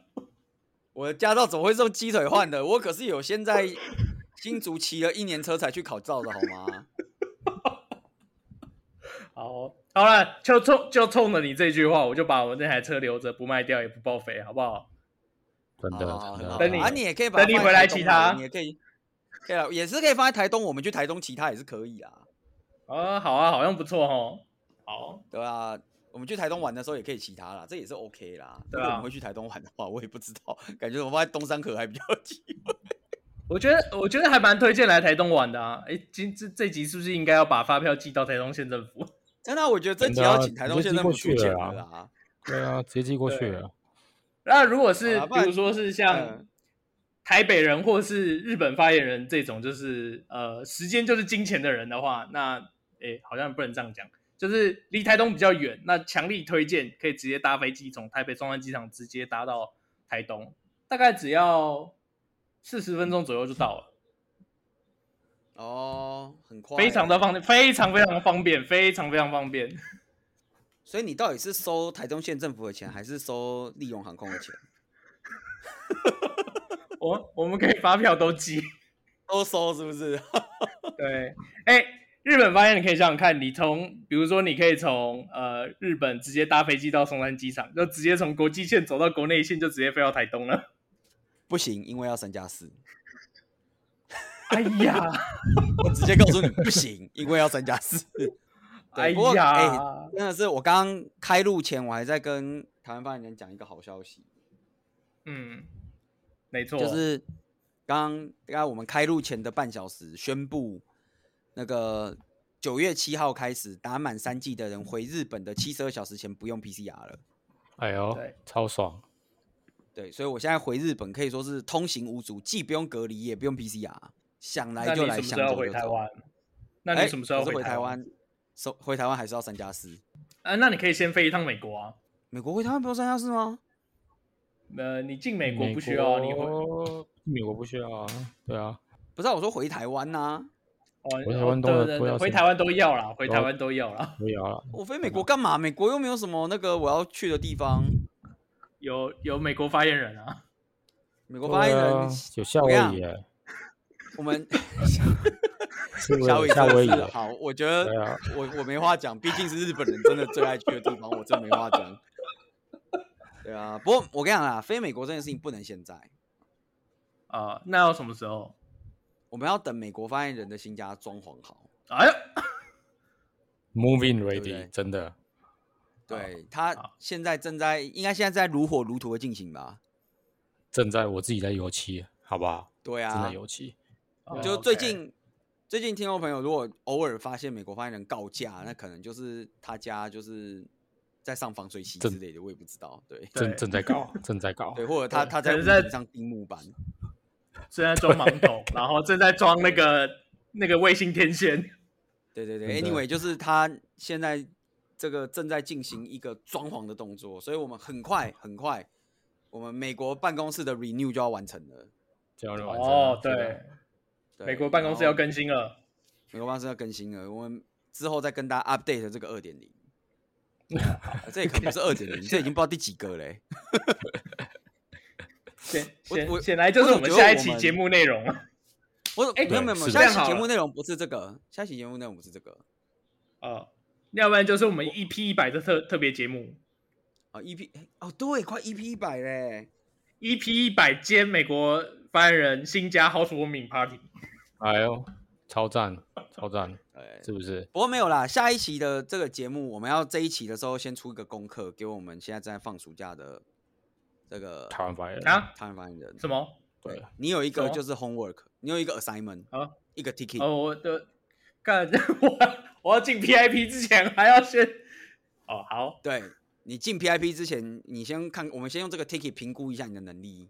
Speaker 2: 我的驾照怎么会是用鸡腿换的？我可是有先在新竹骑了一年车才去考照的，好吗？
Speaker 1: 好哦，好了，就冲就冲着你这句话，我就把我那台车留着，不卖掉也不报废，好不好？
Speaker 3: 真的
Speaker 1: 哦
Speaker 2: 好好好
Speaker 3: 真
Speaker 2: 很好
Speaker 3: 的。
Speaker 1: 等你
Speaker 2: 啊，你也可以把它
Speaker 1: 等你
Speaker 2: 放在
Speaker 1: 回来
Speaker 2: 台东
Speaker 1: 骑
Speaker 2: 啊
Speaker 1: 它
Speaker 2: 你也可以，可以啊，也是可以放在台东，我们去台东骑它也是可以啊。
Speaker 1: 啊，好啊，好像不错哦。好，
Speaker 2: 对啊，我们去台东玩的时候也可以骑它啦，这也是 OK 啦。
Speaker 1: 对啊
Speaker 2: 如果我们会去台东玩的话，我也不知道，感觉我们在东山河还比较近。
Speaker 1: 我觉得我觉得还蛮推荐来台东玩的啊。哎，今这这集是不是应该要把发票寄到台东县政府？
Speaker 2: 真的啊、我觉得这集
Speaker 3: 真的啊
Speaker 2: 要请台东县政府出钱的啦。
Speaker 3: 对啊，直接寄过去
Speaker 1: 对
Speaker 3: 了。
Speaker 1: 那如果是
Speaker 2: 好啦不
Speaker 1: 比
Speaker 2: 然
Speaker 1: 如说是像
Speaker 2: 嗯
Speaker 1: 台北人或是日本发言人这种，就是呃时间就是金钱的人的话，那诶好像不能这样讲，就是离台东比较远，那强力推荐可以直接搭飞机从台北松山机场直接搭到台东，大概只要四十分钟左右就到了，
Speaker 2: 哦，很快，
Speaker 1: 非常的。方便，非常非常的方便，非常非常方便。
Speaker 2: 所以你到底是收台东县政府的钱，还是收利用航空的钱？
Speaker 1: 我我们可以发票都寄。
Speaker 2: 都收是不是？
Speaker 1: 对，哎、日本发言你可以想想看，你从比如说你可以从呃日本直接搭飞机到松山机场，就直接从国际线走到国内线，就直接飞到台东了。
Speaker 2: 不行，因为要三加四。
Speaker 1: 哎呀，
Speaker 2: 我直接告诉你，不行，因为要三加四。 对
Speaker 1: 哎
Speaker 2: 不过哎
Speaker 1: 呀，
Speaker 2: 真的是我刚刚开录前，我还在跟台湾发言人讲一个好消息，
Speaker 1: 嗯，没错，
Speaker 2: 就是刚刚大概我们开录前的半小时宣布，那个九月七号开始，打满三剂的人回日本的七十二小时前不用 PCR 了。
Speaker 3: 哎呦
Speaker 1: 对，
Speaker 3: 超爽！
Speaker 2: 对，所以我现在回日本可以说是通行无阻，既不用隔离，也不用 PCR，想
Speaker 1: 那
Speaker 2: 来
Speaker 1: 你
Speaker 2: 就
Speaker 1: 什
Speaker 2: 来，
Speaker 1: 么
Speaker 2: 想
Speaker 1: 时候
Speaker 2: 走
Speaker 1: 回
Speaker 2: 就
Speaker 1: 台
Speaker 2: 走。
Speaker 1: 湾？那
Speaker 2: 哎
Speaker 1: 你什么时候
Speaker 2: 可是回
Speaker 1: 台
Speaker 2: 湾？？收回台湾还是要三加四？
Speaker 1: 啊，那你可以先飞一趟美国啊。
Speaker 2: 美国回台湾不用三加四吗？
Speaker 1: 呃，你进美国不需要，你回哦
Speaker 3: 回 美国不需要啊？对啊，
Speaker 2: 不是、啊，我说回台湾呐、
Speaker 3: 回台湾都
Speaker 1: 哦对对
Speaker 3: 都
Speaker 1: 对
Speaker 3: 要
Speaker 1: 回
Speaker 3: 申
Speaker 1: 台湾都要啦，回
Speaker 3: 都
Speaker 1: 台
Speaker 3: 要
Speaker 1: 湾都要啦。
Speaker 3: 不要了。
Speaker 2: 我飞美国干嘛？美国又没有什么那个我要去的地方。
Speaker 1: 有有美国发言人啊，
Speaker 2: 美国
Speaker 3: 对
Speaker 2: 发言人，
Speaker 3: 啊有夏威夷耶，
Speaker 2: 我们
Speaker 3: 是不 是
Speaker 2: 夏威
Speaker 3: 有夏威夷
Speaker 2: 真的是
Speaker 3: 耶，
Speaker 2: 好，我觉得
Speaker 3: 对啊
Speaker 2: 我我没话讲，毕竟是日本人真的最爱去的地方，我真没话讲。对啊，不过我跟你讲啦，飞美国这件事情不能现在，
Speaker 1: 啊，那要什么时候？
Speaker 2: 我们要等美国发言人的新家装潢好。
Speaker 1: 哎呦，
Speaker 3: ，Moving
Speaker 2: 对不对
Speaker 3: Ready，真的。
Speaker 2: 对他
Speaker 1: 好
Speaker 2: 现在正在，应该现在在如火如荼的进行吧？
Speaker 3: 正在我自己在油漆，好不好？
Speaker 2: 对
Speaker 3: 正
Speaker 2: 啊
Speaker 3: 在，油漆，
Speaker 1: 哦
Speaker 2: 就
Speaker 1: OK
Speaker 2: 最近最近听众朋友如果偶尔发现美国发言人告假，那可能就是他家就是在上防水漆之
Speaker 3: 正
Speaker 2: 类的，我也不知道。对
Speaker 1: 对
Speaker 3: 正正在搞，正在搞
Speaker 2: 对，。或者他
Speaker 1: 对
Speaker 2: 他在
Speaker 1: 可
Speaker 2: 屋
Speaker 1: 能在
Speaker 2: 顶上钉木板。
Speaker 1: 正在装盲桶，然后正在装那 个那个卫星天线。
Speaker 2: 对对对
Speaker 3: 真的
Speaker 2: ，anyway，就是他现在这个正在进行一个装潢的动作，所以我们很快很快，我们美国办公室的 renew 就要完成了。
Speaker 3: 这样就完成了
Speaker 1: 哦，对，，
Speaker 2: 对
Speaker 1: 美国办公室
Speaker 2: 然
Speaker 1: 要
Speaker 2: 后
Speaker 1: 更新了。
Speaker 2: 美国办公室要更新了，我们之后再跟大家 update 这个 二点零。啊这也可能不是二点零，这已经不知道第几个嘞、
Speaker 1: 显
Speaker 2: 我我
Speaker 1: 显显然就是
Speaker 2: 我
Speaker 1: 我们
Speaker 2: 总觉
Speaker 1: 下一
Speaker 2: 得我
Speaker 1: 期
Speaker 2: 们
Speaker 1: 节目内容啊了。
Speaker 2: 我
Speaker 1: 哎
Speaker 2: 没有没有没有，
Speaker 3: 是
Speaker 2: 下一
Speaker 1: 这样好
Speaker 2: 期节
Speaker 1: 了
Speaker 2: 目内容不是这个，下一期节目内容不是这个
Speaker 1: 哦，要不然就是我们一 P 一百的特特别节目，
Speaker 2: 啊、EP 哎哦对，快 EP 一百嘞，
Speaker 1: 一 P 一百兼美国发言人新家 housewarming party。
Speaker 3: 哎呦，超赞，超赞，
Speaker 2: 对，
Speaker 3: 是不是？
Speaker 2: 不过没有啦，下一期的这个节目，我们要这一期的时候先出一个功课，给我们现在正在放暑假的这个
Speaker 3: 台湾发言人
Speaker 1: 啊？
Speaker 2: 台湾发言人。
Speaker 1: 什么？
Speaker 2: 对，你有一
Speaker 1: 什
Speaker 2: 个
Speaker 1: 么
Speaker 2: 就是 homework，你有一个 assignment，
Speaker 1: 啊
Speaker 2: 一个 ticket，、
Speaker 1: 哦，我的干，我我要进 PIP 之前还要先哦，好
Speaker 2: 对你进 PIP 之前，你先看，我们先用这个 ticket 评估一下你的能力，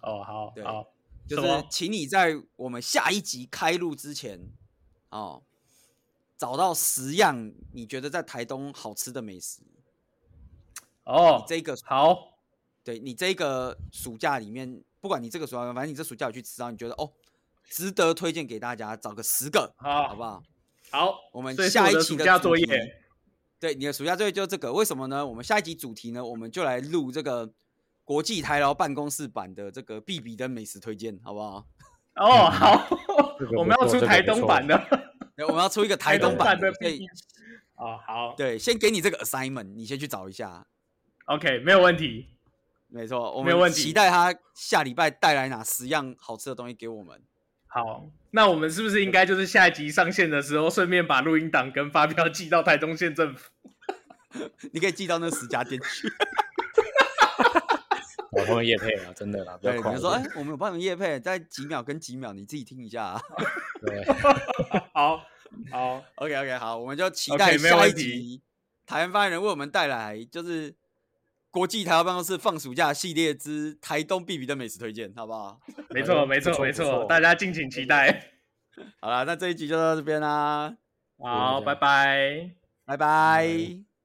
Speaker 1: 哦，好
Speaker 2: 对
Speaker 1: 好，
Speaker 2: 就
Speaker 1: 什
Speaker 2: 是
Speaker 1: 么
Speaker 2: 请你在我们下一集开录之前，哦，找到十样你觉得在台东好吃的美食，
Speaker 1: 哦
Speaker 2: 你，这个
Speaker 1: 好，
Speaker 2: 对你这个暑假里面，不管你这个暑假，反正你这暑假有去吃到，你觉得哦，值得推荐给大家，找个十个，
Speaker 1: 好
Speaker 2: 好不好？
Speaker 1: 好，
Speaker 2: 我们
Speaker 1: 所以是
Speaker 2: 下
Speaker 1: 我
Speaker 2: 一
Speaker 1: 的
Speaker 2: 期
Speaker 1: 暑
Speaker 2: 的
Speaker 1: 假
Speaker 2: 主
Speaker 1: 作
Speaker 2: 题
Speaker 1: 业，
Speaker 2: 对，你的暑假作业就这个，为什么呢？我们下一集主题呢，我们就来录这个国际台劳办公室版的这个必比登美食推荐，好不好？
Speaker 1: 哦，好
Speaker 3: 嗯这个，不
Speaker 1: 我们要
Speaker 3: 错
Speaker 1: 出
Speaker 3: 这个
Speaker 1: 台
Speaker 3: 不
Speaker 1: 东
Speaker 3: 错
Speaker 1: 版的
Speaker 2: 对我们要出一个台东
Speaker 1: 东
Speaker 2: 版
Speaker 1: 的
Speaker 2: 的，所以
Speaker 1: PPT 哦，好
Speaker 2: 对，先给你这个 assignment，你先去找一下。
Speaker 1: ，OK，没有问题，
Speaker 2: 没错，我
Speaker 1: 没有问
Speaker 2: 们
Speaker 1: 题
Speaker 2: 期待他下礼拜带来哪十样好吃的东西给我们。
Speaker 1: 好。那我们是不是应该就是下一集上线的时候，顺便把录音档跟发票寄到台东县政府？
Speaker 2: 你可以寄到那十家店去。
Speaker 3: 找他们叶配啊，真的啦，不
Speaker 2: 对，
Speaker 3: 要
Speaker 2: 比
Speaker 3: 快
Speaker 2: 如。说，哎、我们有帮你叶配，在几秒跟几秒，你自己听一下、啊。
Speaker 3: 对，
Speaker 1: 好，好，
Speaker 2: OK OK，好，我们就期
Speaker 1: OK，
Speaker 2: 待
Speaker 1: 没有
Speaker 2: 下
Speaker 1: 问
Speaker 2: 一集台湾发言人为我们带来就是国际台湾办公室放暑假系列之台东必比的美食推荐，好不好？
Speaker 1: 没
Speaker 3: 哎
Speaker 1: 错，
Speaker 3: 呦
Speaker 1: 没
Speaker 3: 不
Speaker 1: 错，
Speaker 3: 错
Speaker 1: 没
Speaker 3: 不错
Speaker 1: 错，大家敬请期待。
Speaker 2: 好啦，那这一集就到这边啦，
Speaker 1: 好，
Speaker 3: 这样
Speaker 1: 拜拜。
Speaker 2: 拜拜。
Speaker 3: 拜